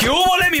¿Qué hubo, mi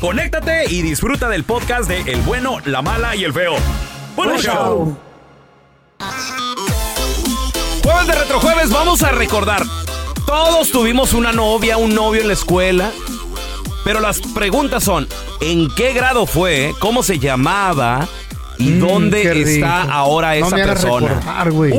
conéctate y disfruta del podcast de El bueno, la mala y el feo. Bueno, Buen show. Jueves de Retrojueves, vamos a recordar. Todos tuvimos una novia, un novio en la escuela. Pero las preguntas son: ¿en qué grado fue? ¿Cómo se llamaba? ¿Y dónde Mm, qué rico. está ahora No esa me hagas persona? Uh, recordar, güey.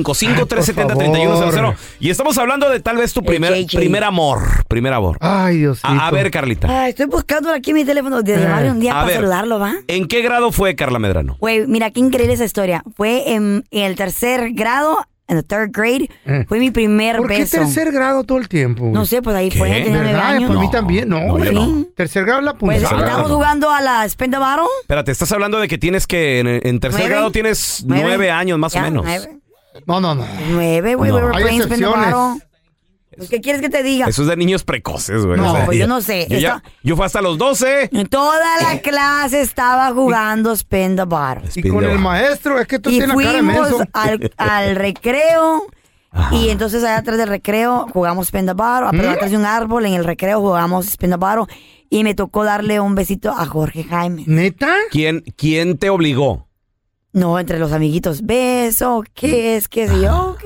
1-855-370-3100. favor. Y estamos hablando de tal vez tu primer, JJ. primer amor. Primer amor. Ay, Dios A, a ver, Carlita. Ay, estoy buscando aquí mi teléfono desde Eh. el barrio un día A para ver. saludarlo, ¿va? ¿En qué grado fue Carla Medrano? Güey, mira qué increíble esa historia. Fue en, en el tercer grado, en el third grade, Eh. fue mi primer ¿Por qué beso. tercer grado todo el tiempo? güey? No sé, pues ahí ¿Qué? fue, tenía nueve ¿Verdad? años. Por mí también. No, No, yo güey. no. Tercer grado la Pues punta. grado. estamos jugando a la Spend the Bottle. Espérate, estás hablando de que tienes que. En, en tercer Nueve. grado tienes nueve, años más Ya, o menos. Nueve, No, no, no. Nueve, güey, No. we were Hay playing Spin the excepciones. Bottle. Pues, ¿Qué quieres que te diga? Eso es de niños precoces, güey. No, pues yo no sé. Yo, ya- Esta- yo fui hasta los 12. Toda la clase estaba jugando Spin the Bottle. Eh. Y con el maestro, es que tú Y tienes la cara de fuimos menso. Ah. al, al recreo. Y entonces allá atrás del recreo jugamos Spin the Bottle. ¿Mm? Ah, perdón, atrás de un árbol en el recreo jugamos Spin the Bottle. Y me tocó darle un besito a Jorge Jaime. ¿Neta? ¿Quién, ¿Quién te obligó? No, entre los amiguitos, Mm. beso, qué es, qué es. Y yo, ok.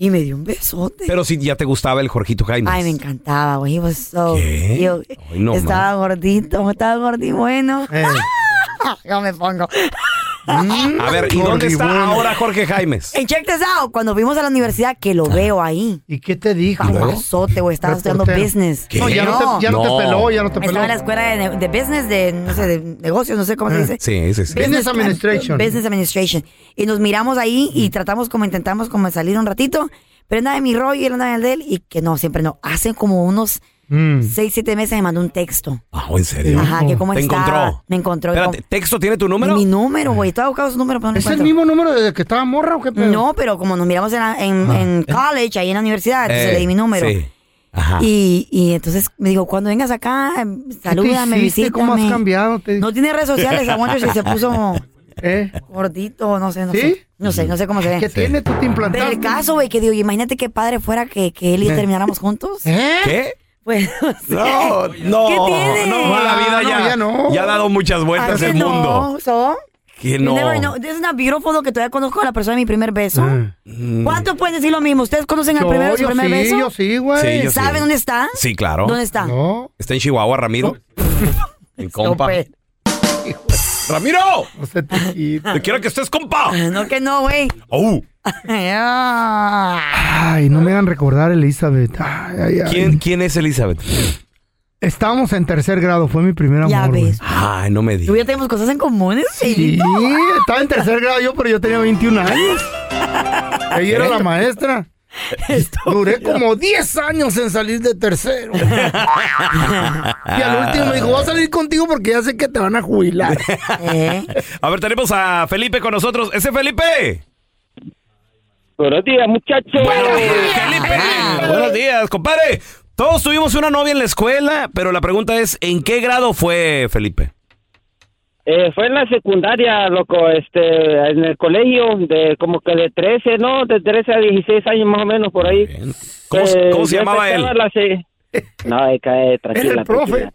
Y me dio un besote. Pero si ya te gustaba el Jorgito Jaime. Ay, me encantaba, güey. He was so- ¿Qué? yo- Ay, no estaba gordito, estaba gordito. Bueno, Eh. yo me pongo. Mm, A ver, ¿y Jordi, dónde está bueno. ahora Jorge Jaimes? En Check This Out, cuando fuimos a la universidad, que lo veo ahí. Ah. ¿Y qué te dijo? Famosote, güey. Estaba estudiando Reportero. business. ¿Qué? No, ya no, No. te, ya no te No. peló, ya no te peló. Ah. Estaba en la escuela de, de business, de, no sé, de negocios, no sé cómo se dice. Sí, sí, sí. Business administration. Mm. Business Administration. Y nos miramos ahí y tratamos como intentamos como salir un ratito, pero nada de mi rollo y él andaba en el de él y que no, siempre no. Hace como unos Mm. seis, siete meses me mandó un texto. Ah, ¿en serio? Ajá, que cómo ¿Te estaba. encontró? Me encontró. Espérate, ¿texto tiene tu número? Mi número, güey. Estaba buscando su número, pero no lo ¿Es el encuentro. mismo número desde que estaba morra o qué pedo? No, pero como nos miramos en, la- en- en college, ahí en la universidad, entonces Eh, le di mi número. Sí. Ajá. Y, y entonces me dijo, cuando vengas acá, em, ¿Qué te salúdame, hiciste? visítame. ¿Cómo has cambiado? Te- No tiene redes sociales, a Wonder si se puso ¿Eh? gordito, no sé, no ¿Sí? sé. No sé, no sé cómo se ¿Qué ve. tiene? ¿Tú te Pero implantaste? el caso, güey, que digo, imagínate qué padre fuera que, que él y yo termináramos juntos. ¿Eh? ¿Qué? Pues, no sé. No, no. ¿Qué tiene? No, la vida Ah, no, ya, ya no. ya ha dado muchas vueltas Claro el que mundo. No, so, Que no. no. Never know. Isn't that beautiful lo que todavía conozco a la persona de mi primer beso? Ah. Mm. ¿Cuántos pueden decir lo mismo? ¿Ustedes conocen al Mm. Yo, primero de su yo primer sí, beso? yo sí, güey. Sí, yo sí. ¿Saben dónde está? Sí, claro. ¿Dónde está? No. pues, Está en Chihuahua, Ramiro. El compa. Tope. ¡Ramiro! No sé, tiquito. ¡Te quiero que estés, compa! Ah, No que no, güey. ¡Oh! Ah. Ay, no me hagan recordar, Elizabeth. Ay, ay, ay. ¿Quién, ¿Quién es Elizabeth? Estábamos en tercer grado, fue mi primer amor. Ya güey. ves. Ay, no me Tú digas. ya tenemos cosas en común, Sí, sí. estaba en tercer grado yo, pero yo tenía 21 años. Ella era la maestra. Duré como 10 años en salir de tercero. y al último me dijo, voy a salir contigo porque ya sé que te van a jubilar. ¿Eh? A ver, tenemos a Felipe con nosotros. ¡Ese Felipe! Buenos días, muchachos. Felipe, Ah. buenos días, compadre. Todos tuvimos una novia en la escuela, pero la pregunta es, ¿en qué grado fue Felipe? Eh, fue en la secundaria, loco, este, en el colegio, de como que de 13, no, de 13 a 16 años más o menos por ahí. Bien. ¿Cómo, Eh, cómo se yo llamaba él? empezaba la se- No, eh, cae, tranquila. Era el profe. tranquila.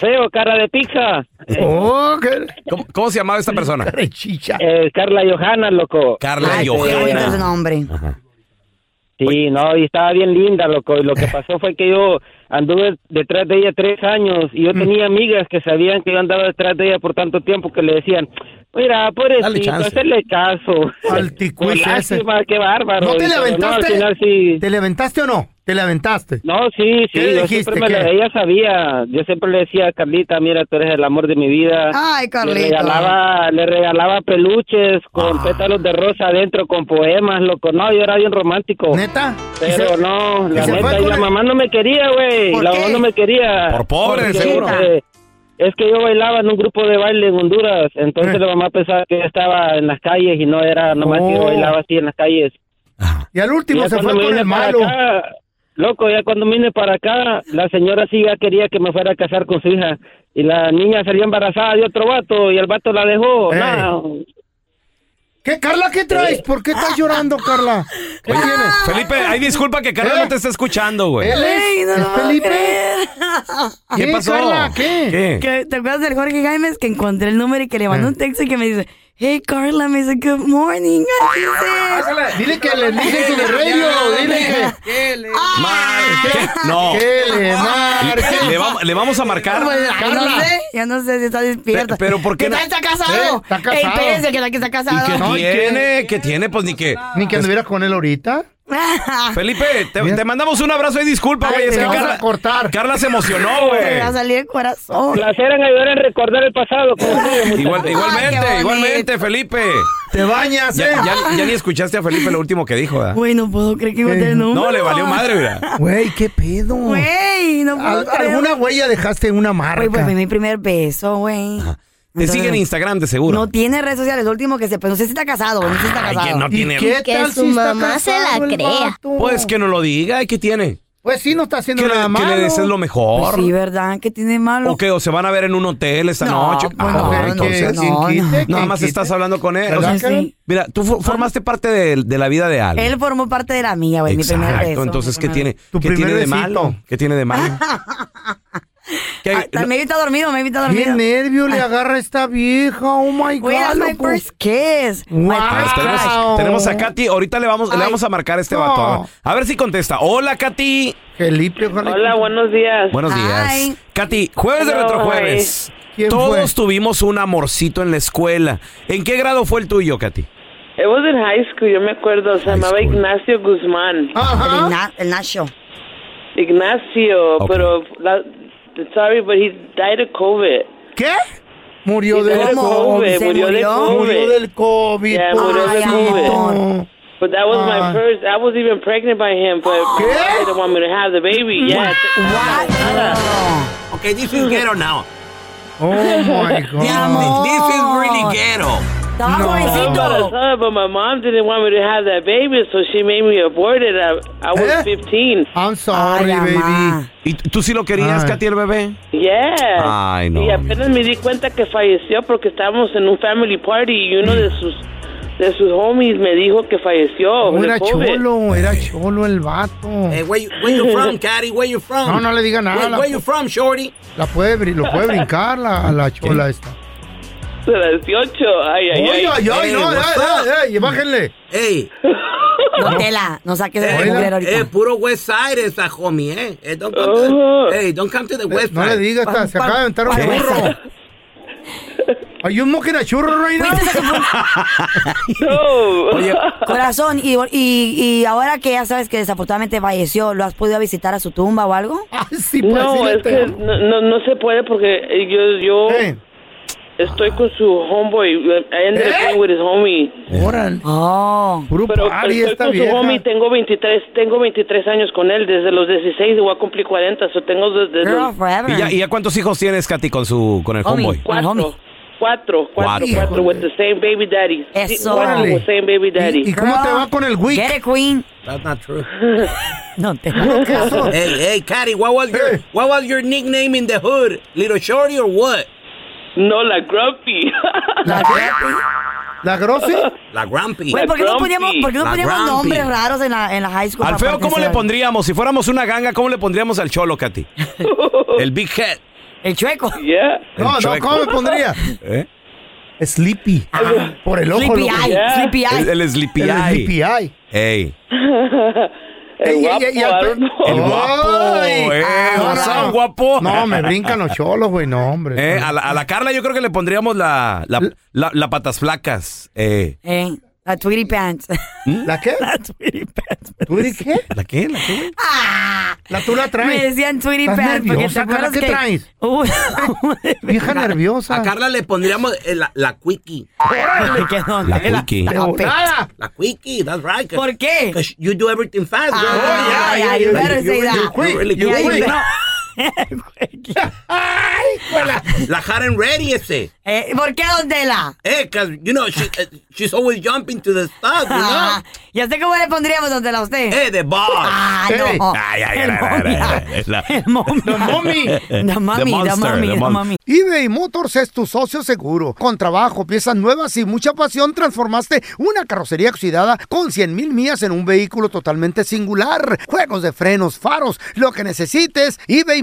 Feo, cara de pizza. Oh, qué ¿Cómo, cómo se llamaba esta persona? rechicha. Eh, Carla Johanna, loco. Carla Ay, qué bonito ese Johanna. nombre. Sí, no, y estaba bien linda, loco. Y lo que pasó fue que yo anduve detrás de ella tres años y yo Mm. tenía amigas que sabían que yo andaba detrás de ella por tanto tiempo que le decían, mira, pobrecito, chance. hacerle caso. Al ticuiche Qué ese. lástima, qué bárbaro. ¿No te Y, le pero aventaste? No, al final sí. ¿Te levantaste o no? ¿Te levantaste? No, sí, sí. ¿Qué le yo dijiste, siempre me la- qué? ella sabía. Yo siempre le decía a Carlita, mira, tú eres el amor de mi vida. Ay, Carlita. Le regalaba, le regalaba peluches Ah. con pétalos de rosa adentro, con poemas, loco. No, yo era bien romántico. ¿Neta? ¿Y se- Pero no, y la se fue neta, y con la el- mamá no me quería, güey. ¿Por La qué? mamá no me quería. Por pobre, Porque, seguro. eh, es que yo bailaba en un grupo de baile en Honduras, entonces Eh. la mamá pensaba que yo estaba en las calles y no era nomás que yo Oh. bailaba así en las calles. Y al Y último ya se fue cuando me con vine el para malo. acá, loco, ya cuando vine para acá, la señora sí ya quería que me fuera a casar con su hija. Y la niña salió embarazada de otro vato y el vato la dejó. Ey. No, ¿Qué, Carla, qué traes? ¿Por qué estás llorando, Carla? ¿Qué Oye, tienes? Felipe, ay, disculpa que Carla ¿Eh? no te está escuchando, güey. Él Ay, es, no es lo puedo Felipe. creer. ¿Qué ¿Qué, pasó? Carla? ¿Qué? ¿Qué? Que- ¿Te acuerdas del Jorge Jaimes que encontré el número y que le Ah. mandó un texto y que me dice, hey Carla, me dice, good morning. Así dice. Dile que le dije su radio, dile que, Mar- ¿Qué? No. que le Le, marque. vamos, le vamos a marcar. Ay, no sé, ya no sé si está despierta. Pe- pero ¿por qué ¿Qué no- tal está casado? Eh, está casado. Ey, espérense, que la que está ¿Y casado. qué No, ¿y qué? tiene? ¿Qué tiene? Pues ni que. Ni que anduvieras con él ahorita. Felipe, te, Mira. te mandamos un abrazo y disculpa, Ay, güey. Es te que vamos a Carla, cortar. Carla se emocionó, Se güey. me va a salir el corazón. placer en ayudar en recordar el pasado. como digo, muchachos. Igual- Ay, igualmente, qué igualmente, Felipe. Te bañas, ¿eh? Ya, ya- ya ni escuchaste a Felipe lo último que dijo, ¿verdad? Güey, no puedo creer que encontré el número. Eh, No, le valió madre, mira. Güey, qué pedo. Güey, no puedo Al- creer. Alguna huella dejaste en una marca. Güey, pues fue mi primer beso, güey. Te sigue en Instagram, de seguro. No tiene redes sociales, lo último que se... Pues no sé si está casado, no sé si está Ay, casado. que no ¿Y tiene. qué tal si está casado el vato? Pues que no lo diga. ¿Y qué tiene? Pues sí, no está haciendo Que le, nada que malo. le desees lo mejor. Pues sí, ¿verdad? ¿Qué tiene de malo? o que o se van a ver en un hotel esta No, noche. pues no, Ah, Que- entonces. no, no. quien quite, Nada quien más quite. estás hablando con él. O ¿Verdad, Ah. sea, Sí, Karen? sí. mira, tú for- formaste parte de, de la vida de alguien. Él formó parte de la mía, güey, mi primer Exacto. beso. Entonces, mi ¿qué primer tiene, Tu ¿qué tiene primer de malo? besito. ¿Qué tiene de malo? ¿Qué hay- beso. Ah, está- me he visto dormido, me he visto Qué dormido. nervio le agarra esta vieja. Oh my Güey, god. that's my loco. first kiss. My Wow. Ah, tenemos, Wow. tenemos a Katy. Ahorita le vamos, le Ay, vamos a marcar a este no. vato. A ver, a ver si contesta. Hola, Katy. Felipe, ojalá. Hola, buenos días. Buenos Hi. días. Katy, jueves de Hello, retrojueves. ¿Quién Todos fue? tuvimos un amorcito en la escuela. ¿En qué grado fue el tuyo, Katy? It was in high school, yo me acuerdo, se High llamaba school. Ignacio Guzmán. El, Ajá. Igna- el Nacho. Ignacio, Ok. pero la- sorry, but he died of COVID. ¿Qué? Murió He de died of ¿Cómo? COVID, ¿Se murió de murió? COVID. Murió del COVID. Ya, murió de pobrecito. But that was my Ah. first. I was even pregnant by him, but ¿Qué? I didn't want me to have the baby. Yeah. What? Ok, this is ghetto now. Oh my God. Mi amor. ghetto. Estaba I jovencito. saw it, but my mom didn't want me to have that baby, so she made me abort it. I, I was Eh? 15. I'm Ay, sorry, baby. mamá. ¿Y t- tú sí lo querías, Ay. Katy, el bebé? Yeah. Ay, no, Y apenas me di cuenta que falleció porque estábamos en un family party y uno de sus de sus homies me dijo que falleció. Oh, de era COVID. cholo, era cholo el vato. where, you, from, Katy? Where you from? No, no le diga nada. La, from, shorty? la puede, bri- lo puede brincar la, la chola esta. De las 18. pues, Ay, ay, ay. Oye, ay, ay, Ey, no, what's ay, up? ay, ay, bájenle. Hey, No, tela, no saques de Oiga, mujer ahorita. puro West Side es la homie, eh. don't come to- Oh. hey, don't come to the No le diga, hasta se acaba de aventar un burro. Are you smoking a churro right now? No. Oye, Corazón, y, y, y ahora que ya sabes que desafortunadamente falleció, ¿lo has podido visitar a su tumba o algo? Ah, sí, pues, No, sí, es te que amo. no, no, no se puede porque eh, yo, yo Eh, estoy con su homeboy. eh, I ended ¿Eh? up being with his homie. órale. Oh. Puro Pero party estoy esta con su Ah, vieja. homie, tengo 23, tengo 23 años con él, desde los 16 y voy a cumplir 40, so tengo desde Girl los forever. ¿y ya, y ya cuántos hijos tienes, Katy, con su con el Homie. homeboy? cuatro, homie. cuatro, Cuatro. cuatro, cuatro, with the same baby daddy. Eso. Cuatro Órale. with same baby daddy. ¿Y, y cómo te va con el week? Get it, queen. That's not true. No te Ah, ¿Qué es eso? Hey, hey, Caddy, what was Hey. your what was your nickname in the hood? Little Shorty or what? No, la grumpy. ¿La, ¿La Grossi? La Grumpy. Güey, ¿por qué no poníamos, por qué no La poníamos Grumpy. nombres raros en la, en la high school? Al feo, aparte ¿cómo de le ser pondríamos? Si fuéramos una ganga, ¿cómo le pondríamos al cholo, Katy? El Big Head. El chueco. yeah. No, no, chueco. ¿cómo me pondría? ¿Eh? Sleepy. Por el ojo. Sleepy loco. Eye, Yeah. Sleepy El, Eye. el Sleepy El Eye. Sleepy Eye. Ey. El Ey, guapo, ey, ey, I al pe- don't know. El guapo. Ay. Eh, Ah, what's no. up, guapo. No, me brincan los cholos, güey, no, hombre. Eh, a, la, a la Carla yo creo que le pondríamos la, la, la- la patas flacas. Eh. Eh, la Tweety Pants. ¿Mm? ¿La qué? la Tweety Pants. ¿Tú dices qué? ¿La qué? ¿La qué? Ah, La tú la me traes. decían Tweety ¿Estás Pants. porque nerviosa, te acuerdas Carla? ¿Qué que- traes? Hubo- Vieja nerviosa. A Carla le pondríamos eh, la, la Quickie. Ay, qué La Quickie. dontela. De volada. La Quickie, that's right. Cause, ¿Por qué? 'cause you do everything fast, girl. Ah, yeah, yeah, you better say that. You're really Yeah, you quick. better- ¡Ay, cuela! La hot and ready ese. Eh, ¿Por qué Dontela? Eh, cause, you know, she, eh, she's always jumping to the stuff, you know. Ah, ¿Y usted cómo le pondríamos Dontela a usted? Eh, the boss. Ah, Sí. no. Ay, ay, El ay, ay, momia. ay, ay, ay, la- El momia. The mommy. The mommy, the monster, mommy, the the mon- mommy. eBay Motors es tu socio seguro. Con trabajo, piezas nuevas y mucha pasión, transformaste una carrocería oxidada con 100 mil millas en un vehículo totalmente singular. Juegos de frenos, faros, lo que necesites, eBay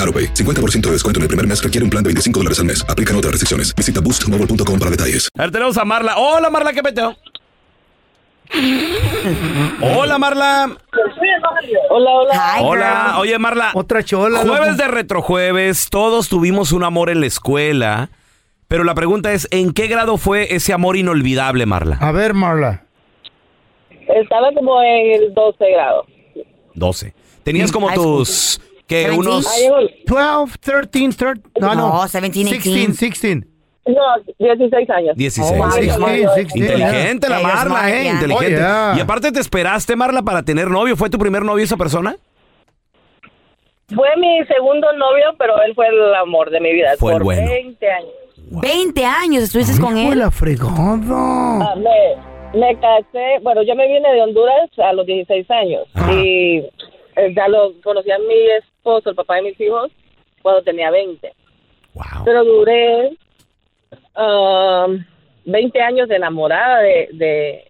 AroPay. 50% de descuento en el primer mes requiere un plan de 25 dólares al mes. Aplican otras restricciones. Visita boostmobile.com para detalles. A ver, tenemos a Marla. Hola, Marla, ¿qué peteo? Hola, Marla. Hola, hola. Hi, Hola. girl. Oye, Marla. Otra chola. Jueves loco. de retrojueves, todos tuvimos un amor en la escuela. Pero la pregunta es, ¿en qué grado fue ese amor inolvidable, Marla? A ver, Marla. Estaba como en el 12 grado. 12. Tenías como High school. tus... que Seventeen. unos... Ahí llegó. 12, 13, 13. No, no. No, 17, 18. 16, 16. No, 16 años. 16. Oh, wow. sí. 16, 16. Inteligente la Yeah, you're Marla, smart, ¿eh? yeah. Inteligente. Oh, yeah. Y aparte te esperaste, Marla, para tener novio. ¿Fue tu primer novio esa persona? Fue mi segundo novio, pero él fue el amor de mi vida. Fue el por bueno. 20 años. 20 años estuviste con Hijo de él. la fregada. Ah, me, me casé, bueno, yo me vine de Honduras a los 16 años y eh, ya lo conocí a mi esposo, el papá de mis hijos, cuando tenía 20. Wow. Pero duré um, 20 años enamorada de, de,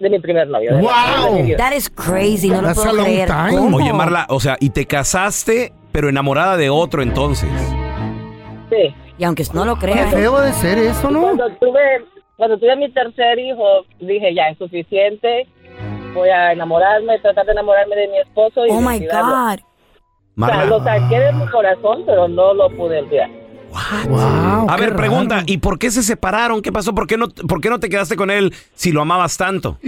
de mi primer novio. de la- Wow. de mi vida. That is crazy, no lo That's a puedo long creer. time. ¿Cómo? Oye, Marla, o sea, y te casaste, pero enamorada de otro entonces. Sí. Y aunque no lo Qué creas, feo de ser eso, ¿no? Cuando tuve, cuando tuve a mi tercer hijo, dije ya es suficiente. Voy a enamorarme, tratar de enamorarme de mi esposo. Y oh my olvidarlo. God. O sea, Marla. lo saqué de mi corazón, pero no lo pude olvidar. Wow, A qué ver, raro. pregunta, ¿y por qué se separaron? ¿Qué pasó? ¿Por qué no, por qué no te quedaste con él si lo amabas tanto?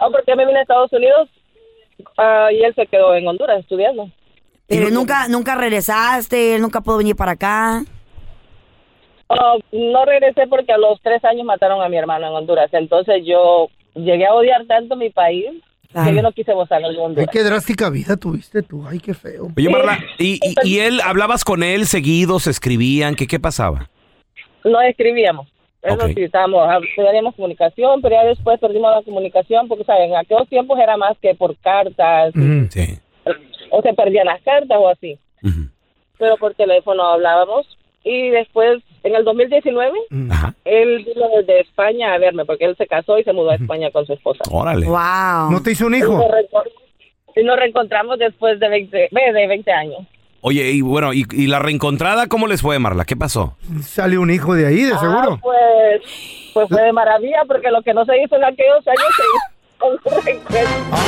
Ah, porque me vine a Estados Unidos ah, y él se quedó en Honduras estudiando. Pero nunca, nunca regresaste, él nunca pudo venir para acá. Ah, no regresé porque a los tres años mataron a mi hermano en Honduras. Entonces yo llegué a odiar tanto mi país que yo no quise votar de Ay, Honduras. qué drástica vida tuviste tú. Ay, qué feo. Oye, Marla, ¿y, y, y él hablabas con él seguido, se escribían? ¿Qué, qué pasaba? No escribíamos. Eso Ok. sí, estábamos, hab- teníamos comunicación, pero ya después perdimos la comunicación porque, ¿saben? En aquellos tiempos era más que por cartas Sí. o se perdían las cartas o así. Pero por teléfono hablábamos y después, en el 2019, Mm. él vino desde España a verme porque él se casó y se mudó a España con su esposa. Órale. Wow. ¿No te hizo un Y nos, hijo? reencon- y nos reencontramos después de 20, ve, de 20 años. Oye, y bueno, y, y la reencontrada cómo les fue, Marla? ¿Qué pasó? Sale un hijo de ahí, de Ah, pues, pues fue de maravilla porque lo que no se hizo en aquellos años se hizo. con su reencuentro.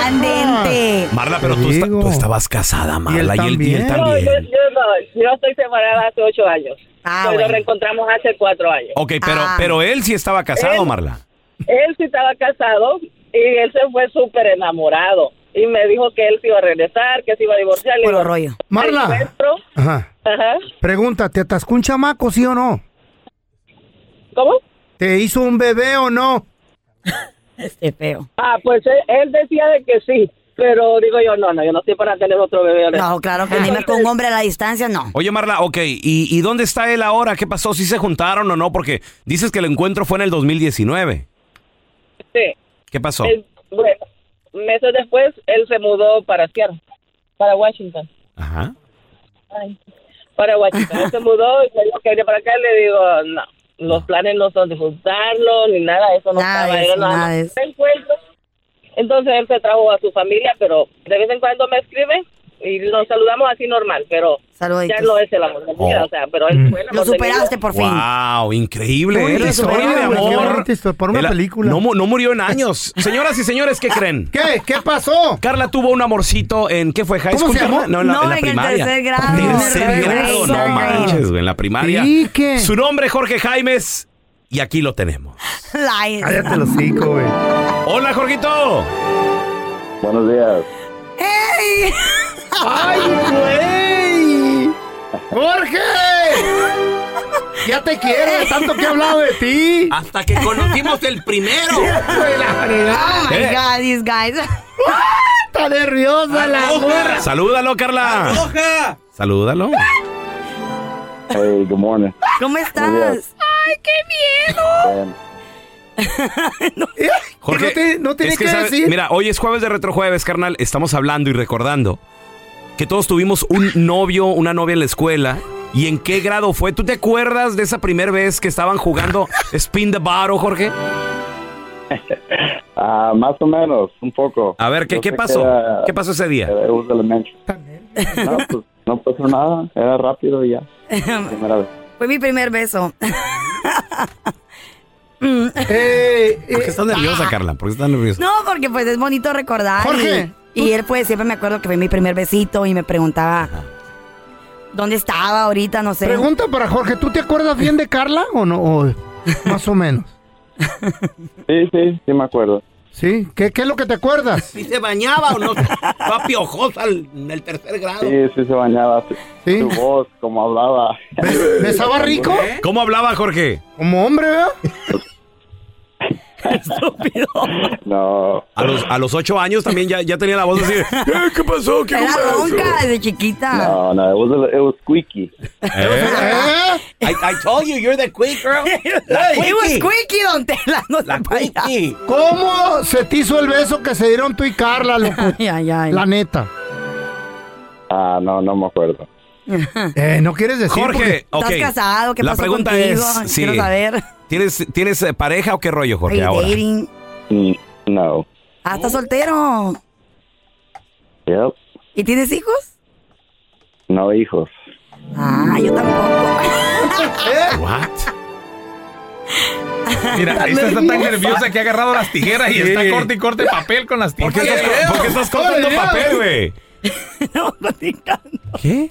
Candente. Marla, pero tú, esta- tú estabas casada, Marla, y él, y él No, yo, también. yo no, yo estoy separada hace 8 años. Ah, Pero bueno. Nos reencontramos hace 4 años. Ok, pero, pero él sí estaba casado, Ah. Él- Marla. Él sí estaba casado y él se fue súper enamorado. Y me dijo que él se iba a regresar, que se iba a divorciar. Puro rollo. Marla. Ajá. Ajá. Pregunta, ¿te atascó un chamaco, sí o no? ¿Cómo? ¿Te hizo un bebé o no? Este feo. Ah, pues él, él decía de que sí. Pero digo yo, no, no, yo no estoy para tener otro bebé. No, Ah. claro que dime con un hombre a la distancia, no. Oye, Marla, ok, ¿y, y dónde está él ahora? ¿Qué pasó? ¿Si se juntaron o no? Porque dices que el encuentro fue en el 2019. Sí. ¿Qué pasó? Él- bueno, meses después, él se mudó para Seattle, para Washington. Ajá. Ay, para Washington. Él se mudó y me dijo que venía para acá. Le digo, no, los planes no son de juntarlo ni nada, eso no Nada estaba. de era eso, nada de más eso. un encuentro. Entonces él se trajo a su familia, pero de vez en cuando me escribe y nos saludamos así normal, pero Saluditos. ya no es el amor de mi vida, Oh. o sea, pero él fue el Lo amor de mi vida. superaste por fin. Wow, increíble. Qué ¿eh? bonita La historia, historia de güey, qué amor. bonita historia, para una El- película. No, mu- no murió en años. Señoras y señores, ¿qué creen? ¿Qué? ¿Qué pasó? Carla tuvo un amorcito en ¿qué fue? High ¿Cómo school, se llamó? Carla? No, en la, No, en la en el primaria. tercer grado. Tercer grado, no Regresa. manches, güey, en la primaria. ¿Y qué? Su nombre Jorge Jaimes y aquí lo tenemos. Lies. Cállate los hocico, güey. Hola, Jorgito. Buenos días. ¡Ey! ¡Ay, güey! ¡Jorge! Ya te quiero, de tanto que he hablado de ti. Hasta que conocimos el primero. Eh. Oh my god, these guys. eh. Ah, Ah. Está nerviosa la morra. Salúdalo, Carla. Salúdalo. Hey, good morning. ¿Cómo días. estás? ¡Ay, qué Bien. Jorge, Eh, no te- no tiene es que decir. Mira, hoy es jueves de retrojueves, carnal. Estamos hablando y recordando que todos tuvimos un novio, una novia en la escuela. ¿Y en qué grado fue? ¿Tú te acuerdas de esa primera vez que estaban jugando Spin the Baro, Jorge? Ah, más o menos, un poco. A ver, ¿qué, Yo qué sé pasó? que era- ¿Qué pasó ese día? era- it was elementary. No, pues, no pasó nada. Era rápido y ya. Primera vez. Eh, Fue mi primer beso. Eh, ¿Por qué estás ah. ah. nerviosa, Carla? ¿Por qué estás nerviosa? No, porque pues es bonito recordar. Jorge, Y, y él pues siempre me acuerdo que fue mi primer besito y me preguntaba dónde estaba ahorita, no sé. Pregunta para Jorge, ¿tú te acuerdas bien de Carla o no? O más o menos. Sí, sí, sí me acuerdo. ¿Sí? ¿Qué, qué es lo que te acuerdas? Si se bañaba o no, va piojosa al- en el tercer grado. Sí, sí se bañaba. Su, su voz, como hablaba. ¿Besaba rico? ¿Cómo hablaba, Jorge? Como hombre, ¿verdad? No. A los, a los ocho años también ya, ya tenía la voz así. de, "Eh, ¿Qué pasó? ¿Qué Era pasó?" ronca desde chiquita. No, no, it was, it was squeaky. I, I oh, told ¿Eh? Oh, you, you're the quick girl. La It was quickie. squeaky, don Tela. No se vaya. ¿Cómo se te hizo el beso que se dieron tú y Carla, loco? La neta. Ah, no, no me acuerdo. Eh, no quieres decir. Jorge, porque- ok. ¿Estás casado? ¿Qué La pasó pregunta contigo? es, sí. Quiero saber. ¿Tienes, ¿Tienes eh, pareja o qué rollo, Jorge, Are you ahora? dating? Mm, No. Ah, ¿estás soltero? Yep. ¿Y tienes hijos? No hijos. Ah, yo tampoco. What? Mira, esta está tan nerviosa que ha agarrado las tijeras y está corte y corte papel con las tijeras. ¿Por qué estás cortando papel, güey? ¿Qué?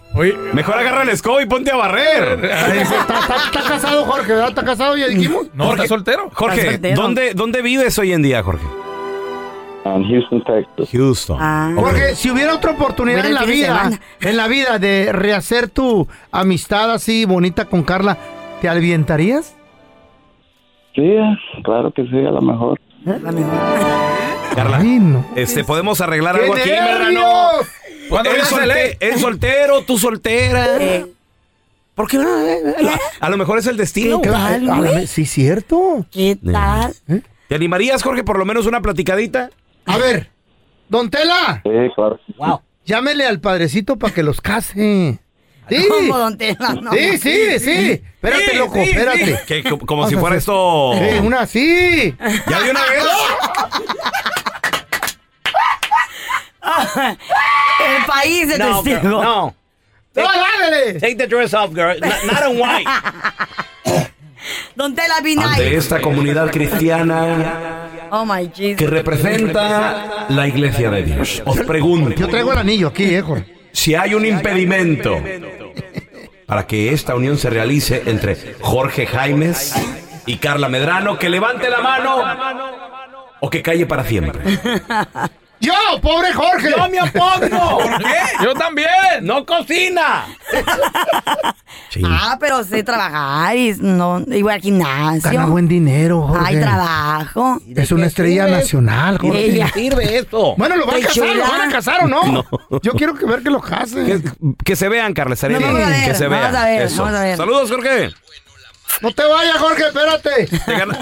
Mejor agarra el escobo y ponte a barrer. ¿Está, está- está casado, Jorge, ¿verdad? ¿Está casado? Ya dijimos. No, Jorge, soltero. Jorge, Está soltero. ¿dónde, ¿dónde vives hoy en día, Jorge? En Houston, Texas. Ah. Houston. Ok. Porque si hubiera otra oportunidad Ah. Mira, en el la fin de vida, semana. en la vida de rehacer tu amistad así bonita con Carla, ¿te alientarías? Sí, claro que sí, a lo mejor. Carla, este, ¿podemos arreglar ¡Qué algo aquí, nervios! Medrano? Cuando Él vengas a solte- él soltero, tú soltera. ¿Por qué no? A lo mejor es el destino. ¿Qué tal, güey? A la- Sí, cierto. Eh. ¿Qué tal? ¿Te animarías, Jorge, por lo menos una platicadita? A ver, don Tela. Sí, claro. Llámele al padrecito para que los case. Sí. ¿Cómo, don Tela? No. sí, sí, sí. Espérate, Sí, loco, sí, espérate. sí. Que co- como Vamos si a fuera hacer- esto- Sí, una así. ¿Ya de una vez? El país de No, testigo. girl, no. Take, take the dress off, girl. Not, not in white. Don Tela be nice. De esta comunidad cristiana Ah. Oh my Jesus. que representa la iglesia de Dios. Os pregunto. Yo traigo el anillo aquí, eh, Jorge. si hay un impedimento para que esta unión se realice entre Jorge Jaimes y Carla Medrano, que levante la mano o que calle para siempre. ¡Yo, pobre Jorge! ¡Yo me opongo! ¿Por qué? ¡Yo también! ¡No cocina! Ah, pero sé trabajar y no, igual al gimnasio. Gana buen dinero, Jorge. Hay trabajo. Es una estrella nacional, Jorge. Ella. sirve eso? Bueno, ¿lo van a Estoy casar? ¿Lo chula. van a casar o no? Yo quiero que ver que lo Que, casen. que se vean, Carla, estaría No, bien. vamos a ver, que se vamos vean. a ver, Eso. vamos a ver. Saludos, Jorge. No te vayas, Jorge, espérate.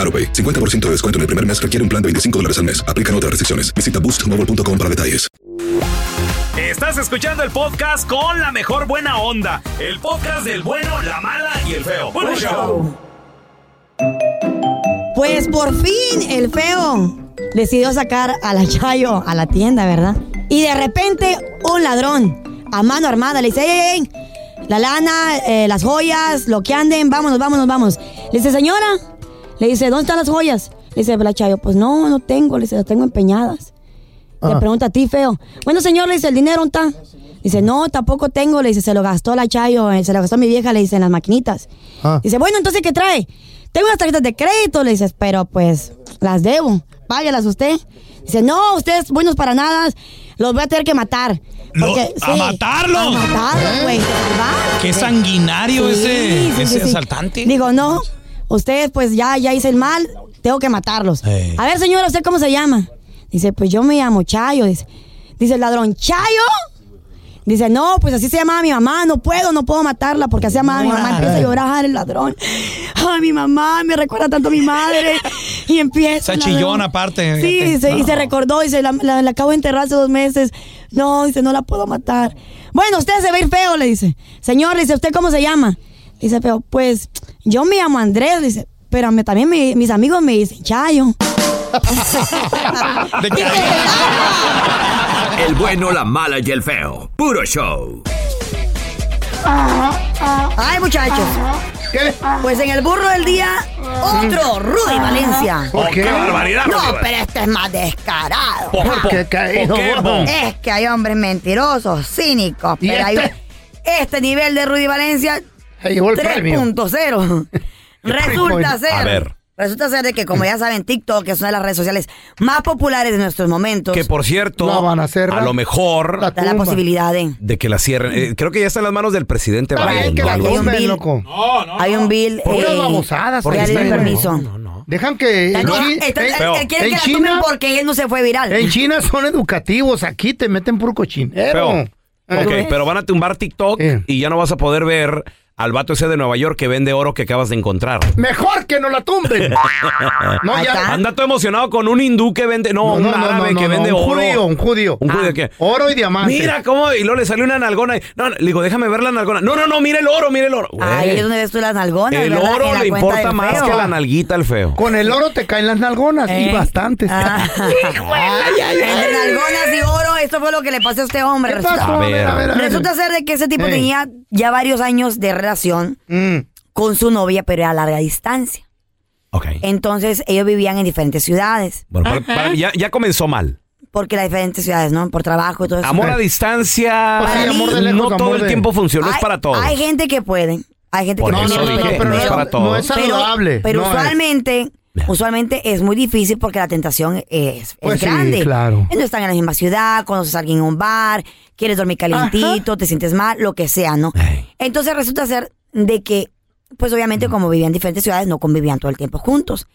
AroPay. 50% de descuento en el primer mes requiere un plan de 25 dólares al mes. Aplican otras restricciones. Visita boostmobile.com para detalles. Estás escuchando el podcast con la mejor buena onda. El podcast del bueno, la mala y el feo. Bueno, show. Pues por fin el feo decidió sacar a la Chayo a la tienda, ¿verdad? Y de repente un ladrón a mano armada le dice, ¡Ey, ey, ey! La lana, eh, las joyas, lo que anden, vámonos, vámonos, vámonos. Le dice, señora, le dice, ¿dónde están las joyas? Le dice la Chayo, pues no, no tengo, le dice, las tengo empeñadas. Le Ah. pregunta a ti, feo. Bueno, señor, le dice, ¿el dinero dónde está? Dice, no, tampoco tengo. Le dice, se lo gastó la Chayo, eh, se lo gastó mi vieja, le dice, en las maquinitas. Ah. Dice, bueno, entonces, ¿qué trae? Tengo unas tarjetas de crédito, le dices, pero pues las debo. Páguelas usted. Dice, no, ustedes buenos para nada. Los voy a tener que matar. Porque, ¿a matarlos? A matarlos, güey. Qué sanguinario Sí, ese, sí, ese sí, sí. asaltante. Digo, no, ustedes pues ya, ya hice el mal, tengo que matarlos. Ey. A ver, señora, ¿usted cómo se llama? Dice, pues yo me llamo Chayo. Dice, dice el ladrón, ¿Chayo? Dice, no, pues así se llamaba mi mamá, no puedo, no puedo matarla porque así se llamaba mi mamá. Empieza a llorar el ladrón. Ay, mi mamá, me recuerda tanto a mi madre. Y empieza. Esa el chillona ladrón. aparte. Sí, fíjate. dice, y se No. recordó, dice, la, la- la acabo de enterrar hace dos meses. No, dice, no la puedo matar. Bueno, usted se ve feo, le dice. Señor, le dice, ¿usted cómo se llama? Le dice, feo, pues yo me llamo Andrés, le dice, pero me- también mi- mis amigos me dicen Chayo. El bueno, la mala y el feo. Puro show. Ay, muchachos. ¿Qué? Pues en el burro del día, otro, Rudy Valencia. ¿Por Ah. qué? ¡Qué barbaridad, No, Rudy! pero este es más descarado. ¿Por- por- ¿Por qué, caído? por qué, bo? Es que hay hombres mentirosos, cínicos. ¿Y Pero hay- este? este nivel de Rudy Valencia, Se llevó el premio. 3.0. Resulta Bitcoin. ser. A ver. Resulta ser de que, como ya saben, TikTok, que es una de las redes sociales más populares de nuestros momentos, Que por cierto, La van a a lo mejor da la posibilidad de. de que la cierren. Eh, creo que ya está en las manos del presidente Biden. o algo así. loco. Hay un bill. Por unas eh, babosadas. que ahí ya le está, dio güey. permiso. Dejan que... Está- en está- Chi- está- en- está- él quiere en que la China- tomen porque él no se fue viral. En China son educativos, aquí te meten puro cochinero. Feo. Ok, pero van a tumbar TikTok y ya no vas a poder ver al vato ese de Nueva York que vende oro que acabas de encontrar. Mejor que no la tumben. No, ya. Anda todo emocionado con un hindú que vende, no, un árabe que vende un oro. judío, un judío. Un judío que- Oro y diamante. Mira cómo, y luego le salió una nalgona. y- no, no, le digo, déjame ver la nalgona. No, no, no, mira el oro, mira el oro. Güey, Ahí es donde ves tú las nalgonas. el ¿verdad? En oro la le cuenta importa del más feo. Eh. que la nalguita al feo. Con el oro te caen las nalgonas y bastantes. Ah. Entre nalgonas y oro, esto fue lo que le pasó a este hombre. Resulta, pasó? A ver, a ver, a ver. resulta ser de que ese tipo Ey. tenía ya varios años de relación con su novia, pero a larga distancia. Entonces ellos vivían en diferentes ciudades, Bueno, para- para- ya, ya comenzó mal. porque las diferentes ciudades, ¿no? Por trabajo y todo eso. Amor a distancia. Para mí- no todo el tiempo funcionó, es Hay- para todos. Hay gente que puede. Hay gente Por que eso puede. dije, No, no, pero no es no- para todos. no es Pero- saludable, Pero, no es. usualmente, usualmente es muy difícil porque la tentación es, es Pues sí, grande. claro. Entonces están en la misma ciudad, conoces a alguien en un bar, quieres dormir calientito, te sientes mal, lo que sea, ¿no? Entonces resulta ser de que, pues obviamente como vivían en diferentes ciudades, no convivían todo el tiempo juntos.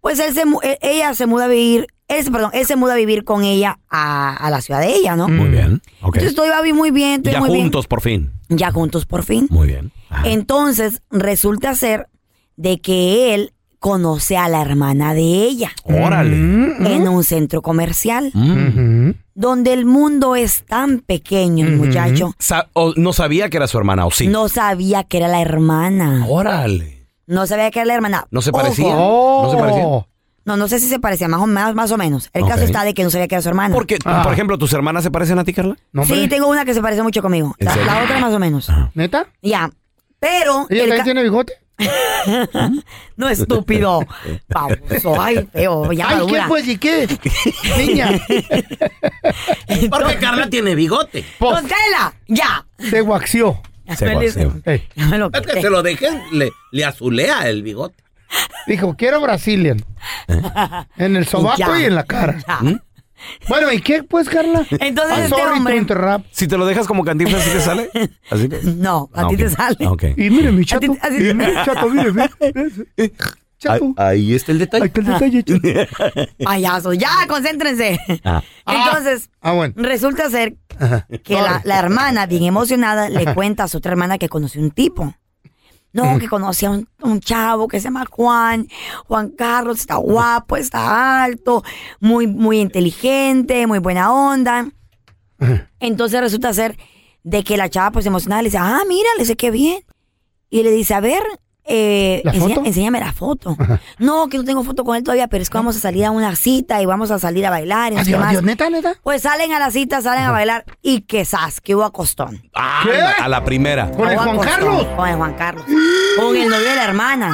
Pues él se, mu- e- ella se muda a vivir, él, se- perdón, él se muda a vivir con ella a, a la ciudad de ella, ¿no? Muy bien. ok. Entonces todo iba bien, muy bien, todo Ya muy bien. juntos, por fin. Ya juntos por fin. Muy bien. Entonces, resulta ser de que él conoce a la hermana de ella. Órale. Mm. En un centro comercial. Donde el mundo es tan pequeño, muchacho. Sa- o- no sabía que era su hermana, o sí. No sabía que era la hermana. Órale. No sabía que era la hermana. No se Ojo. parecía. No se parecía. No, no sé si se parecía, más o menos. Más o menos. El Ok. caso está de que no sabía que era su hermana. Porque, por ejemplo, ¿tus hermanas se parecen a ti, Carla? sí, tengo una que se parece mucho conmigo. ¿En La, serio? Ah. la otra más o menos. ¿Neta? Ya. Pero. ¿Ella el también ca- tiene bigote? no, estúpido. Eh, Baboso. Ay, feo. Ya Ay, madura. ¿qué pues y qué? Niña. Porque Carla tiene bigote. ¡Don Tela! Pues, ¡Ya! pues, Se guaxió. Se guaxió. Ey. Es que se lo dejen, le, le azulea el bigote. Dijo, quiero Brazilian. En el sobaco Ya. y en la cara. ¿Eh? ¿Mm? Bueno, ¿y qué pues, Carla? Entonces I'm este sorry to hombre- interrupt. Si te lo dejas como cantinflas, ¿sí te sale? ¿Así te- No, a Ah, ti ok. te sale. Ah, ok. Y mire mi chato. así- Y mire, chato, mire, mire. Chato. Ahí está el detalle. Ahí está el detalle, Payaso, ya, concéntrense. Ah. Entonces, Ah, bueno. resulta ser que la, la hermana, bien emocionada, le cuenta a su otra hermana que conoció un tipo. No, Mm. que conocía a un, un chavo que se llama Juan. Juan Carlos está guapo, está alto, muy, muy inteligente, muy buena onda. Entonces resulta ser de que la chava pues emocionada le dice, ah, mira, le dice qué bien. Y le dice, a ver, eh, ¿La enseña- foto? enséñame la foto. No, que no tengo foto con él todavía, pero es que vamos a salir a una cita y vamos a salir a bailar y Ah, no sé qué Adiós, más. adiós, neta, neta. Pues salen a la cita, salen a bailar y que sas, que hubo acostón. Ah, A la primera. Hubo acostón Con el Juan Carlos. Con el novio de la hermana.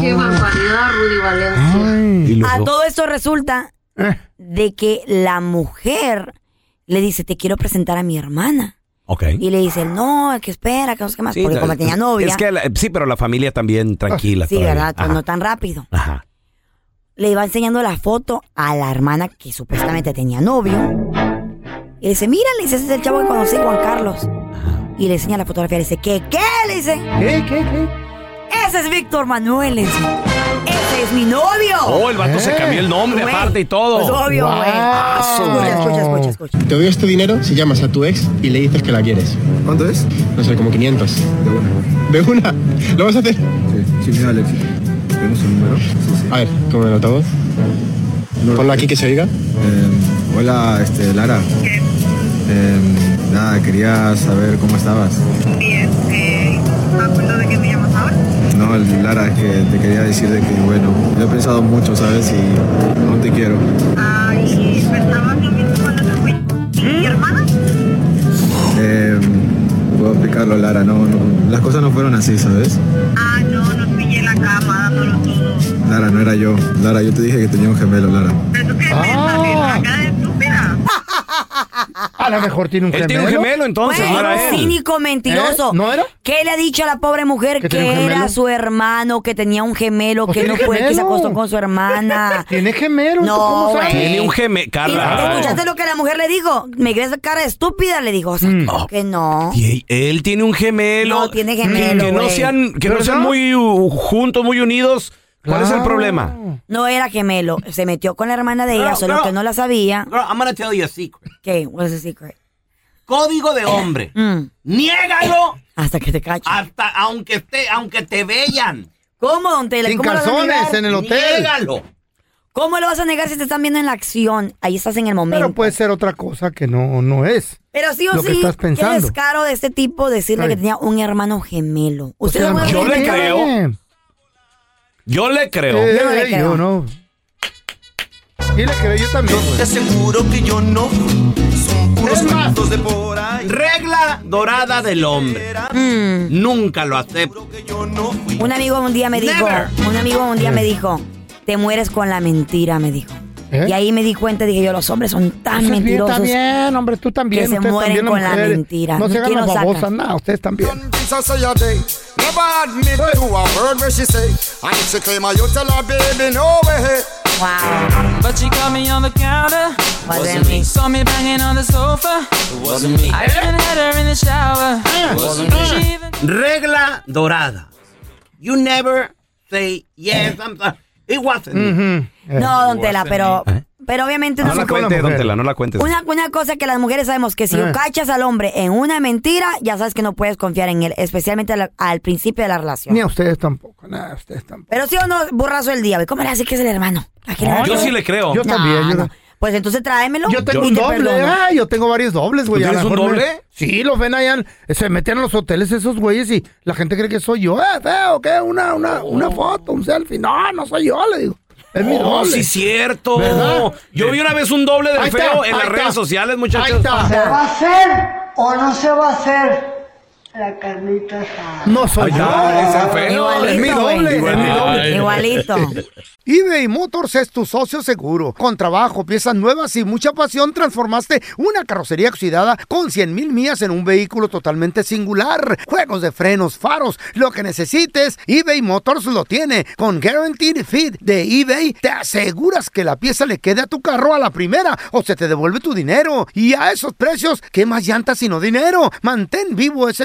Qué barbaridad, Rudy Ah, Valencia. A todo esto resulta Eh. de que la mujer le dice, te quiero presentar a mi hermana. Ok. Y le dice, no, es que espera, que no sé qué más. Sí, porque la- como tenía novia. Es que la- sí, pero la familia también tranquila. Sí, todavía. ¿verdad? Pues Ajá. no tan rápido. Ajá. Le iba enseñando la foto a la hermana que supuestamente tenía novio. Y le dice, mira, le dice, ese es el chavo que conocí, Juan Carlos. Y le enseña la fotografía, le dice, ¿qué? ¿Qué? Le dice. ¿Qué? ¿Qué? ¿Qué? Ese es Víctor Manuel, le dice. Ese es mi novio. Oh, el vato Eh. se cambió el nombre Eh. Güey. aparte y todo. Pues obvio, güey. Escucha, escucha, escucha, escucha. Te doy este dinero si llamas a tu ex y le dices que la quieres. ¿Cuánto es? No sé, como 500. De una. ¿De una? ¿Lo vas a hacer? Sí, sí, Alexi. ¿Tenemos un número? A ver, ¿cómo el altavoz? Ponlo aquí que se oiga. Hola, este, Lara. ¿Qué? Em, nada, quería saber cómo estabas. Bien, eh, me acuerdo de que me llamas ahora. No, Lara, es que te quería decir de que, bueno, lo he pensado mucho, ¿sabes? Y aún te quiero. Ay, ¿Mm? pensaba lo mismo cuando te fui. ¿Mi hermana? Em, puedo explicarlo, Lara. No, no, las cosas no fueron así, ¿sabes? Ah, no, nos pillé en la cama dándolo todo. Lara, no era yo. Lara, yo te dije que tenía un gemelo, Lara. ¿Pero tú qué piensas? que la cara de estúpida? Ah, A lo mejor tiene un Él gemelo. tiene un gemelo, entonces, Bueno, no era él. Cínico, mentiroso. ¿Eh? ¿No era? ¿Qué le ha dicho a la pobre mujer ¿Que que, tenía un gemelo? era su hermano, que tenía un gemelo, Pues que él tiene no fue, que se gemelo. acostó con su hermana? Tiene gemelo, No, ¿cómo sabes? güey. Tiene un gemelo, Carla. ¿Escuchaste lo que la mujer le dijo? Me crees cara de estúpida, le dijo. O sea, ¿cómo que no. Y él tiene un gemelo. No, tiene Que- gemelo, Que no güey. sean, que no ¿Verdad? sean muy uh, juntos, muy unidos. ¿Cuál es el Claro. problema? No era gemelo. Se metió con la hermana de ella, Girl, solo girl. que no la sabía. Girl, I'm gonna tell you a secret. ¿Qué? What's the secret? Código de hombre. Mm. Niégalo Hasta que te cachen. hasta aunque esté, aunque te vean. ¿Cómo, don Tela? Sin ¿Cómo lo vas a calzones, negar? en el hotel. Niégalo. ¿Cómo lo vas a negar si te están viendo en la acción? Ahí estás en el momento. Pero puede ser otra cosa que no, no es. Pero sí o lo sí, que estás qué pensando. descaro de este tipo decirle Ay. Pues que tenía un hermano gemelo. Usted sea, no puede yo le creer. creo. Yo le creo. Eh, eh, yo no. Y le creo yo también. Te aseguro que yo no. Son puros cantos de por ahí. Regla dorada del hombre. Nunca lo acepto. Un amigo un día me dijo, Never. un amigo un día me dijo, te mueres con la mentira, me dijo. ¿Eh? Y ahí me di cuenta, dije yo, los hombres son tan Ustedes bien, mentirosos. también, hombre, tú también. Que se ustedes mueren también, las con la mujeres. mentira. No se ¿Quién hagan las los saca? babosas, nada, ustedes también. society. Never admit to a word where she say. I need to claim her, you tell her, baby, no way. Wow. But she caught me on the counter. Wasn't me. Saw me banging on the sofa. wasn't me. I even had her in the shower. wasn't me. Mm. She even- Regla dorada. You never say yes, I'm sorry. It wasn't me. Eh. No, don Tela, pero, ¿Eh? pero obviamente No la nosotros- cuentes, don Tela, no la cuentes. Una, una cosa que las mujeres sabemos que si Eh. lo cachas al hombre en una mentira, ya sabes que no puedes confiar en él, especialmente al, al principio de la relación. Ni a ustedes tampoco, nada, a ustedes tampoco. Pero sí o no, burrazo el día, güey. ¿Cómo le hace que es el hermano? ¿A quién Yo hace? sí le creo. Yo No, también, yo- no. Pues entonces tráemelo. Yo tengo y un te doble, perdono. ah, yo tengo varios dobles, güey. ¿Tú a lo tienes un mejor me- doble? Sí, los ven allá, en- se meten a los hoteles esos güeyes y la gente cree que soy yo. Eh, feo, ¿qué? Una, una, una foto, un selfie. No, no soy yo, le digo. Es mi Oh, doble. sí, cierto. ¿Verdad? Yo vi una vez un doble Ahí del está, feo en ahí las está. redes sociales, muchachos. Ahí está. ¿Se va a hacer o no se va a hacer la carnita asada? No soy Ahí yo. está, ese es feo. Igualito, es mi güey. doble, es mi doble. Igualito. eBay Motors es tu socio seguro. Con trabajo, piezas nuevas y mucha pasión, transformaste una carrocería oxidada con 100 mil millas en un vehículo totalmente singular. Juegos de frenos, faros, lo que necesites, eBay Motors lo tiene. Con Guaranteed Fit de eBay, te aseguras que la pieza le quede a tu carro a la primera o se te devuelve tu dinero. Y a esos precios, ¿qué más llantas sino dinero? Mantén vivo ese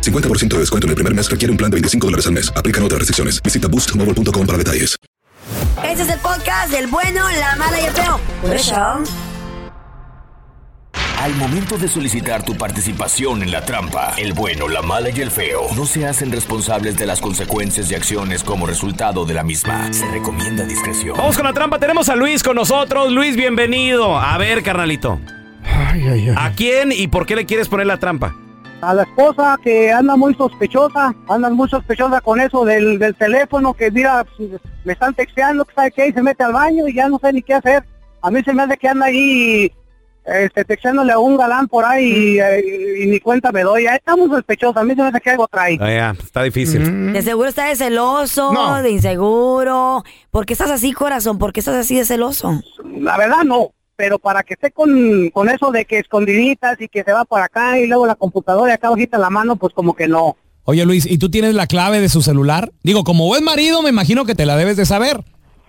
50% de descuento en el primer mes requiere un plan de 25 dólares al mes. Aplican otras restricciones. Visita boostmobile.com para detalles. Este es el podcast del bueno, la mala y el feo. Por eso, Al momento de solicitar tu participación en la trampa, el bueno, la mala y el feo no se hacen responsables de las consecuencias y acciones como resultado de la misma. Se recomienda discreción. Vamos con la trampa. Tenemos a Luis con nosotros. Luis, bienvenido. A ver, carnalito. ¿A quién y por qué le quieres poner la trampa? A la esposa que anda muy sospechosa, anda muy sospechosa con eso del, del teléfono, que mira, me están texteando, que sabe qué, y se mete al baño y ya no sé ni qué hacer. A mí se me hace que anda ahí este, texteándole a un galán por ahí y, eh, y ni cuenta me doy. Ya Está muy sospechosa, a mí se me hace que algo trae. Ah, ya, está difícil. de seguro está de celoso, No. de inseguro. ¿Por qué estás así, corazón? ¿Por qué estás así de celoso? La verdad no. pero para que esté con, con eso de que escondiditas y que se va por acá y luego la computadora y acá bajita la mano, pues como que no. Oye Luis, ¿y tú tienes la clave de su celular? Digo, como buen marido, me imagino que te la debes de saber.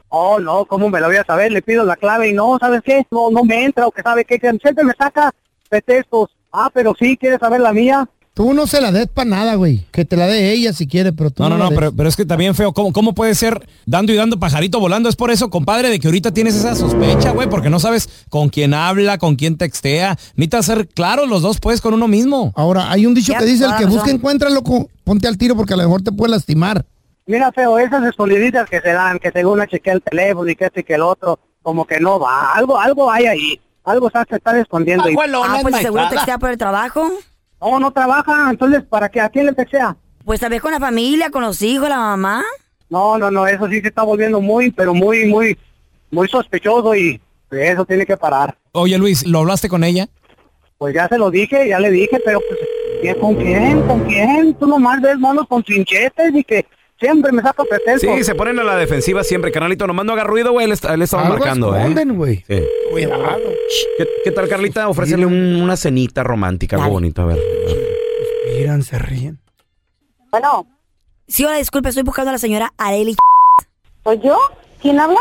Oh, no, ¿cómo me lo voy a saber? Le pido la clave y no, ¿sabes qué? No, no me entra o que sabe qué, que siempre me saca pretextos. Ah, pero sí, ¿quieres saber la mía? Tú no se la des para nada, güey. Que te la dé ella si quiere, pero tú No, no, no, la no, des. pero, pero es que también feo. ¿Cómo, ¿Cómo puede ser dando y dando pajarito volando? Es por eso, compadre, de que ahorita tienes esa sospecha, güey, porque no sabes con quién habla, con quién textea. Necesitas ser claros los dos, pues, con uno mismo. Ahora, hay un dicho Ya, que dice, el toda que la busca razón. encuentra, loco. Ponte al tiro porque a lo mejor te puede lastimar. Mira, feo, esas escondiditas que se dan, que según la chequea el teléfono y que este y que el otro, como que no va. Algo, algo hay ahí. Algo está, se está escondiendo. ahí. ah, pues seguro textea por el trabajo. No, no trabaja, entonces, ¿para qué? ¿A quién le textea? Pues tal vez con la familia, con los hijos, la mamá. No, no, no, eso sí se está volviendo muy, pero muy, muy, muy sospechoso y eso tiene que parar. Oye, Luis, ¿lo hablaste con ella? Pues ya se lo dije, ya le dije, pero pues, ¿qué- ¿con quién? ¿Con quién? Tú nomás ves monos con trinchetes y que siempre me saca pretextos. Sí, se ponen a la defensiva siempre, canalito. Nomás no haga ruido, güey. Le, est- le estaban Algo marcando, Ah, esconden, ¿eh? güey. Sí. Cuidado. ¿Qué, qué tal, Carlita? Ofrécele un- una cenita romántica, algo bonito. A ver. Miran, se ríen. Bueno. Sí, hola, disculpe, estoy buscando a la señora Areli. ¿Soy yo? ¿Quién habla?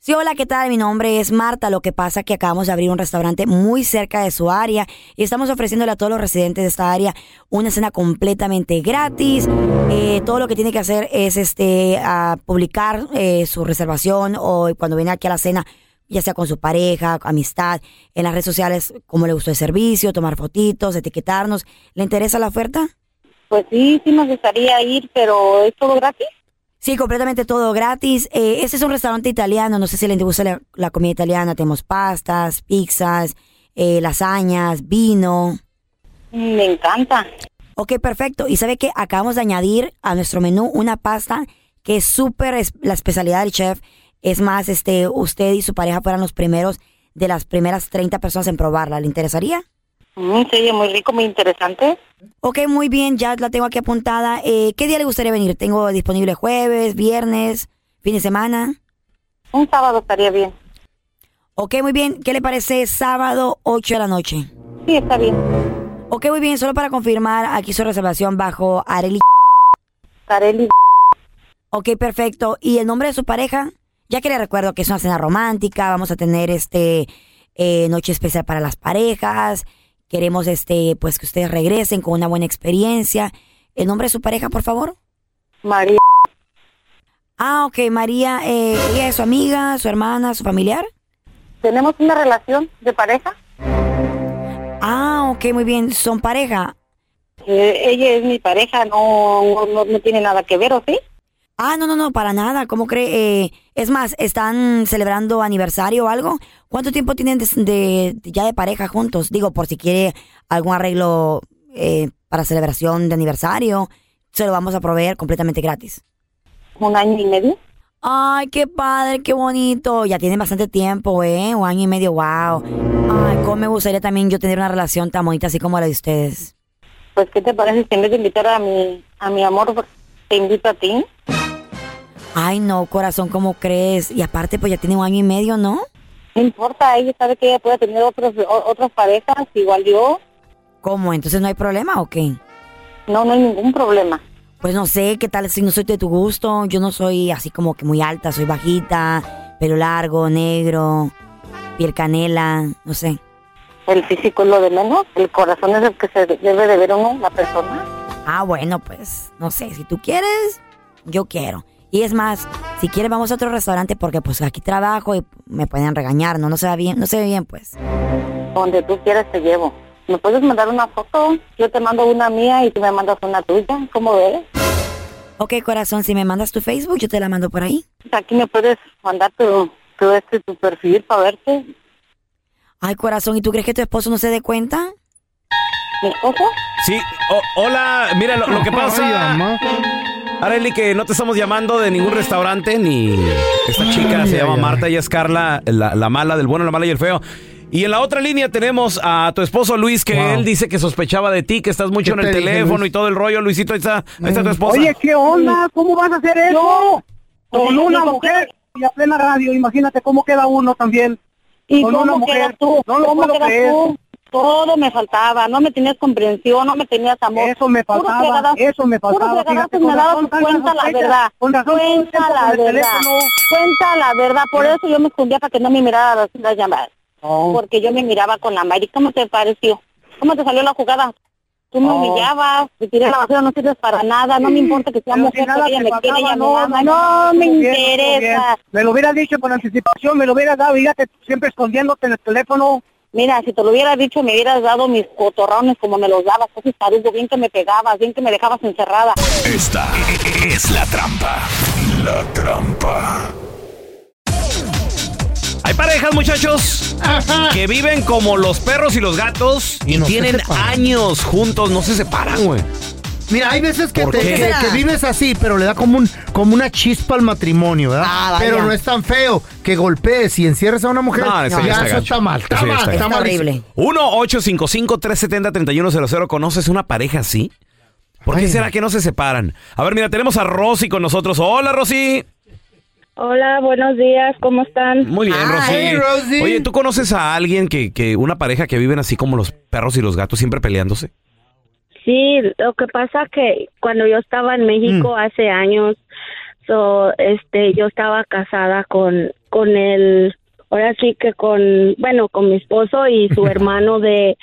Sí, hola, ¿qué tal? Mi nombre es Marta. Lo que pasa es que acabamos de abrir un restaurante muy cerca de su área y estamos ofreciéndole a todos los residentes de esta área una cena completamente gratis. Eh, todo lo que tiene que hacer es este a publicar eh, su reservación o cuando viene aquí a la cena, ya sea con su pareja, amistad, en las redes sociales, cómo le gustó el servicio, tomar fotitos, etiquetarnos. ¿Le interesa la oferta? Pues sí, sí nos gustaría ir, pero ¿es todo gratis? Sí, completamente todo gratis. Eh, este es un restaurante italiano, no sé si le gusta la, la comida italiana. Tenemos pastas, pizzas, eh, lasañas, vino. Me encanta. Ok, perfecto. Y sabe que acabamos de añadir a nuestro menú una pasta que es súper es- la especialidad del chef. Es más, este, usted y su pareja fueran los primeros de las primeras 30 personas en probarla. ¿Le interesaría? Mm, se oye muy rico, muy interesante. Ok, muy bien, ya la tengo aquí apuntada. Eh, ¿Qué día le gustaría venir? Tengo disponible jueves, viernes, fin de semana. Un sábado estaría bien. Ok, muy bien. ¿Qué le parece sábado 8 de la noche? Sí, está bien. Ok, muy bien. Solo para confirmar, aquí su reservación bajo Areli. Areli. Ok, perfecto. ¿Y el nombre de su pareja? Ya que le recuerdo que es una cena romántica, vamos a tener este eh, noche especial para las parejas. Queremos este pues que ustedes regresen con una buena experiencia. ¿El nombre de su pareja, por favor? María. Ah, ok, María. eh, ¿Ella es su amiga, su hermana, su familiar? ¿Tenemos una relación de pareja? Ah, ok, muy bien. ¿Son pareja? Eh, ella es mi pareja, no, no, no tiene nada que ver, ¿o sí? Ah, no, no, no, para nada. ¿Cómo cree? Eh, es más, ¿están celebrando aniversario o algo? ¿Cuánto tiempo tienen de, de- ya de pareja juntos? Digo, por si quiere algún arreglo eh, para celebración de aniversario, se lo vamos a proveer completamente gratis. ¿Un año y medio? Ay, qué padre, qué bonito. Ya tienen bastante tiempo, ¿eh? Un año y medio, wow. Ay, cómo me gustaría también yo tener una relación tan bonita así como la de ustedes. Pues, ¿qué te parece si en vez de invitar a mi, a mi amor, te invito a ti? Ay, no, corazón, ¿cómo crees? Y aparte, pues ya tiene un año y medio, ¿no? No importa, ella sabe que ella puede tener otros, o- otras parejas, igual yo. ¿Cómo? ¿Entonces no hay problema o qué? No, no hay ningún problema. Pues no sé, ¿qué tal si no soy de tu gusto? Yo no soy así como que muy alta, soy bajita, pelo largo, negro, piel canela, no sé. El físico es lo de menos, el corazón es el que se debe de ver uno, la persona. Ah, bueno, pues no sé, si tú quieres, yo quiero. Y es más, si quieres vamos a otro restaurante porque pues aquí trabajo y me pueden regañar, no, no se ve bien, no se ve bien pues. Donde tú quieras te llevo. ¿Me puedes mandar una foto? Yo te mando una mía y tú me mandas una tuya. ¿Cómo ves? Ok, corazón, si me mandas tu Facebook, yo te la mando por ahí. Aquí me puedes mandar tu, tu, este, tu perfil para verte. Ay, corazón, ¿y tú crees que tu esposo no se dé cuenta? ¿Mi esposo? Sí, o- hola, mira lo, lo que pasa. Areli, que no te estamos llamando de ningún restaurante ni. Esta chica se llama Marta, ella es Carla, la, la mala, del bueno, la mala y el feo. Y en la otra línea tenemos a tu esposo Luis, que él dice que sospechaba de ti, que estás mucho en el te dije, teléfono Luis? y todo el rollo. Luisito, ahí está, ahí está tu esposa. Mm. Oye, ¿qué onda? ¿Cómo vas a hacer eso? Pues, Con una digo, mujer y a plena radio, imagínate cómo queda uno también. ¿Y con una cómo que eras mujer. tú? No lo ¿Cómo puedo que eras creer. tú? Todo me faltaba, no me tenías comprensión, no me tenías amor. Eso me Puros faltaba, fregadazos- eso me faltaba, puros fregadazos fíjate, me con dabas, razón tan cuenta la sospecha, verdad, con razón cuenta contento la con el verdad, teléfono. cuenta la verdad. Por eso yo me escondía para que no me mirara las, las llamadas. Porque yo me miraba con la Mari. ¿Cómo te pareció? ¿Cómo te salió la jugada? Tú me Oh. humillabas, te tiré a la basura, no sirves para nada, no me importa que sea Pero mujer, si nada que ella te me quiere, faltaba, ella me no, ama, no, no, me muy bien, muy bien. interesa. Me lo hubieras dicho con anticipación, me lo hubieras dado, fíjate, siempre escondiéndote en el teléfono. Mira, si te lo hubiera dicho, me hubieras dado mis cotorrones como me los dabas, casi tarugo, bien que me pegabas, bien que me dejabas encerrada. Esta es la trampa. La trampa. Hay parejas, muchachos, que viven como los perros y los gatos y no se tienen separan. años juntos, no se separan, güey. Mira, hay veces que, ¿Por te- qué? que- que vives así, pero le da como, un, como una chispa al matrimonio, ¿verdad? Ah, vaya. pero no es tan feo que golpees y encierres a una mujer. No, eso ya ya está eso gacho. está mal. Está Eso ya mal, está está gacho. malísimo. 1-855-370-3100. ¿Conoces una pareja así? ¿Por qué será que no se separan? A ver, mira, tenemos a Rosy con nosotros. Hola, Rosy. Hola, buenos días, ¿cómo están? Muy bien, Rosy. Oye, ¿tú conoces a alguien que, que una pareja que viven así como los perros y los gatos siempre peleándose? Sí, lo que pasa que cuando yo estaba en México Mm. hace años, so, este, yo estaba casada con, con el, ahora sí que con, bueno, con mi esposo y su hermano de,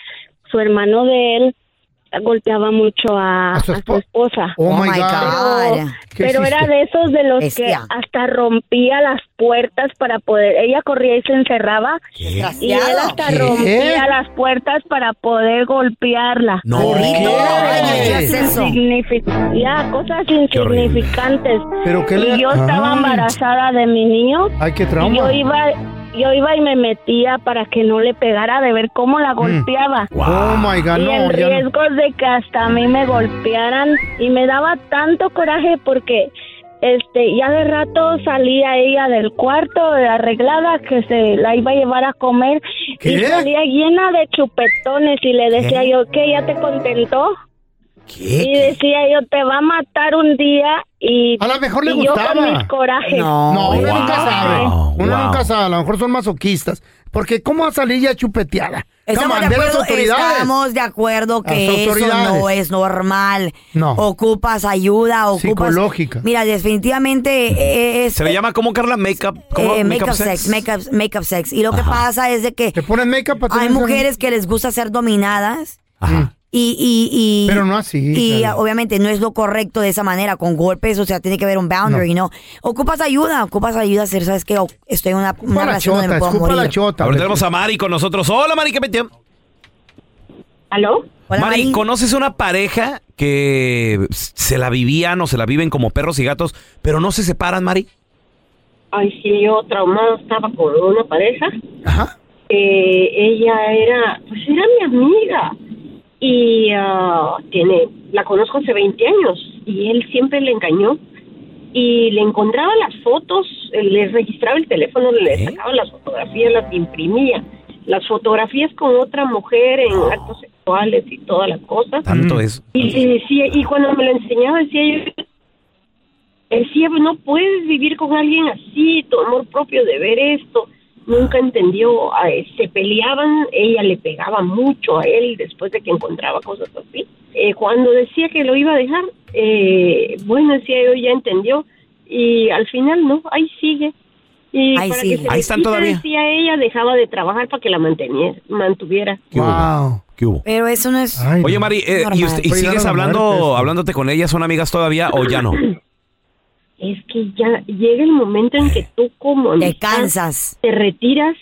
su hermano de él golpeaba mucho a, a su, esposa. Oh, my God. Pero- ¿Qué Pero, hiciste? era de esos de los que Bestia. hasta rompía las puertas para poder, ella corría y se encerraba y él Desgraciado. hasta ¿Qué? rompía las puertas para poder golpearla. No, ¿Por Y qué? era de ¿Qué cosas es eso? insignific- ya, cosas insignificantes. ¿Pero qué le- Y yo estaba Ay. embarazada de mi niño. Ay, qué trauma. Y yo iba, yo iba y me metía para que no le pegara de ver cómo la golpeaba. Mm. Oh, my God, Y no, en ya no. riesgos de que hasta a mí me golpearan y me daba tanto coraje porque este ya de rato salía ella del cuarto de arreglada que se la iba a llevar a comer y ¿Qué? salía llena de chupetones y le decía yo que ya te contentó y decía yo te va a matar un día y A lo mejor le y gustaba. yo con mis corajes No, uno nunca sabe. Uno wow. nunca sabe. A lo mejor son masoquistas. Porque ¿cómo va a salir ya chupeteada? Estamos Come de, on, ve las acuerdo, autoridades. estamos de acuerdo Las que eso autoridades. no es normal. No. Ocupas ayuda, ocupas... Psicológica. Mira, definitivamente eh, es... Se le llama como Carla Makeup. ¿Cómo? eh, make-up sex, make-up make-up sex. Y lo que Ajá. pasa es de que... Hay tener- mujeres que les gusta ser dominadas. Y, y, y- Pero no así, Y claro. ah, obviamente no es lo correcto de esa manera, con golpes, o sea, tiene que haber un boundary, ¿no? Ocupas ayuda, ocupas ayuda, Ser, ¿sabes qué? O- Estoy en una, una relación donde me puedo morir. chota. Ahora tenemos a Mari con nosotros. Hola, Mari, ¿qué metió? ¿Aló? Mari, ¿conoces una pareja que se la vivían o se la viven como perros y gatos, pero no se separan, Mari? Ay, sí, yo traumada estaba con una pareja. Eh, ella era, pues era mi amiga. Y ah, tiene, la conozco hace 20 años. Y él siempre le engañó. Y le encontraba las fotos, eh, le registraba el teléfono, le sacaba las fotografías, las imprimía. Las fotografías con otra mujer en actos sexuales y toda la cosa. Tanto eso. Y, y decía, y cuando me lo enseñaba decía yo, decía, "Pues, no puedes vivir con alguien así, tu amor propio de ver esto. Nunca entendió, ay, se peleaban, ella le pegaba mucho a él después de que encontraba cosas así. Eh, cuando decía que lo iba a dejar, eh, bueno, decía yo, ya entendió. Y al final no, ahí sigue. Y Ahí para sigue. que se Ahí le están quite, todavía. Decía ella, dejaba de trabajar para que la manteniera, mantuviera. Wow. ¿Qué hubo? Pero eso no es. Oye, Mari, eh, ¿y, usted- y Normal. sigues hablando, hablándote con ellas? ¿Son amigas todavía o ya no? Es que ya llega el momento en que tú como te cansas, te retiras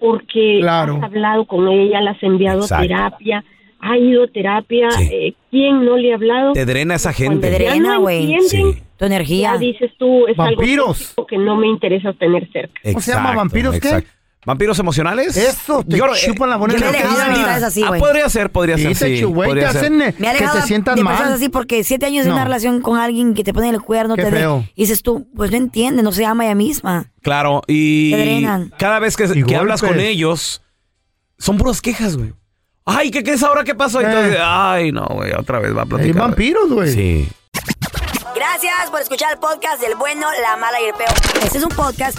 porque has hablado con ella, la has enviado Exacto. a terapia, ha ido a terapia, eh, ¿quién no le ha hablado? Te drena esa Cuando gente. ya no entienden, Tu energía. Ya dices tú, es Vampiros. algo tóxico que no me interesa tener cerca. Exacto, exacto. ¿Vampiros emocionales? Eso, te creo- chupan la buena yo creo que energía. sí. Las amistades así, Ah, güey. podría ser, podría Sí, ser, te sí. chupan, podría te ser. hacen, eh, Me alejaba de personas así porque siete años de No. una relación con alguien que te pone en el cuerno, Qué te de- feo. y dices tú, pues no entiende, no se ama ella misma. Claro, y Te drenan. cada vez que, que hablas con ellos, son puras quejas, güey. Ay, ¿qué crees ahora? ¿Qué pasó? Entonces, ay, no, güey, otra vez va a platicar. Hay vampiros, güey. Sí. Gracias por escuchar el podcast del bueno, la mala y el peor. Este es un podcast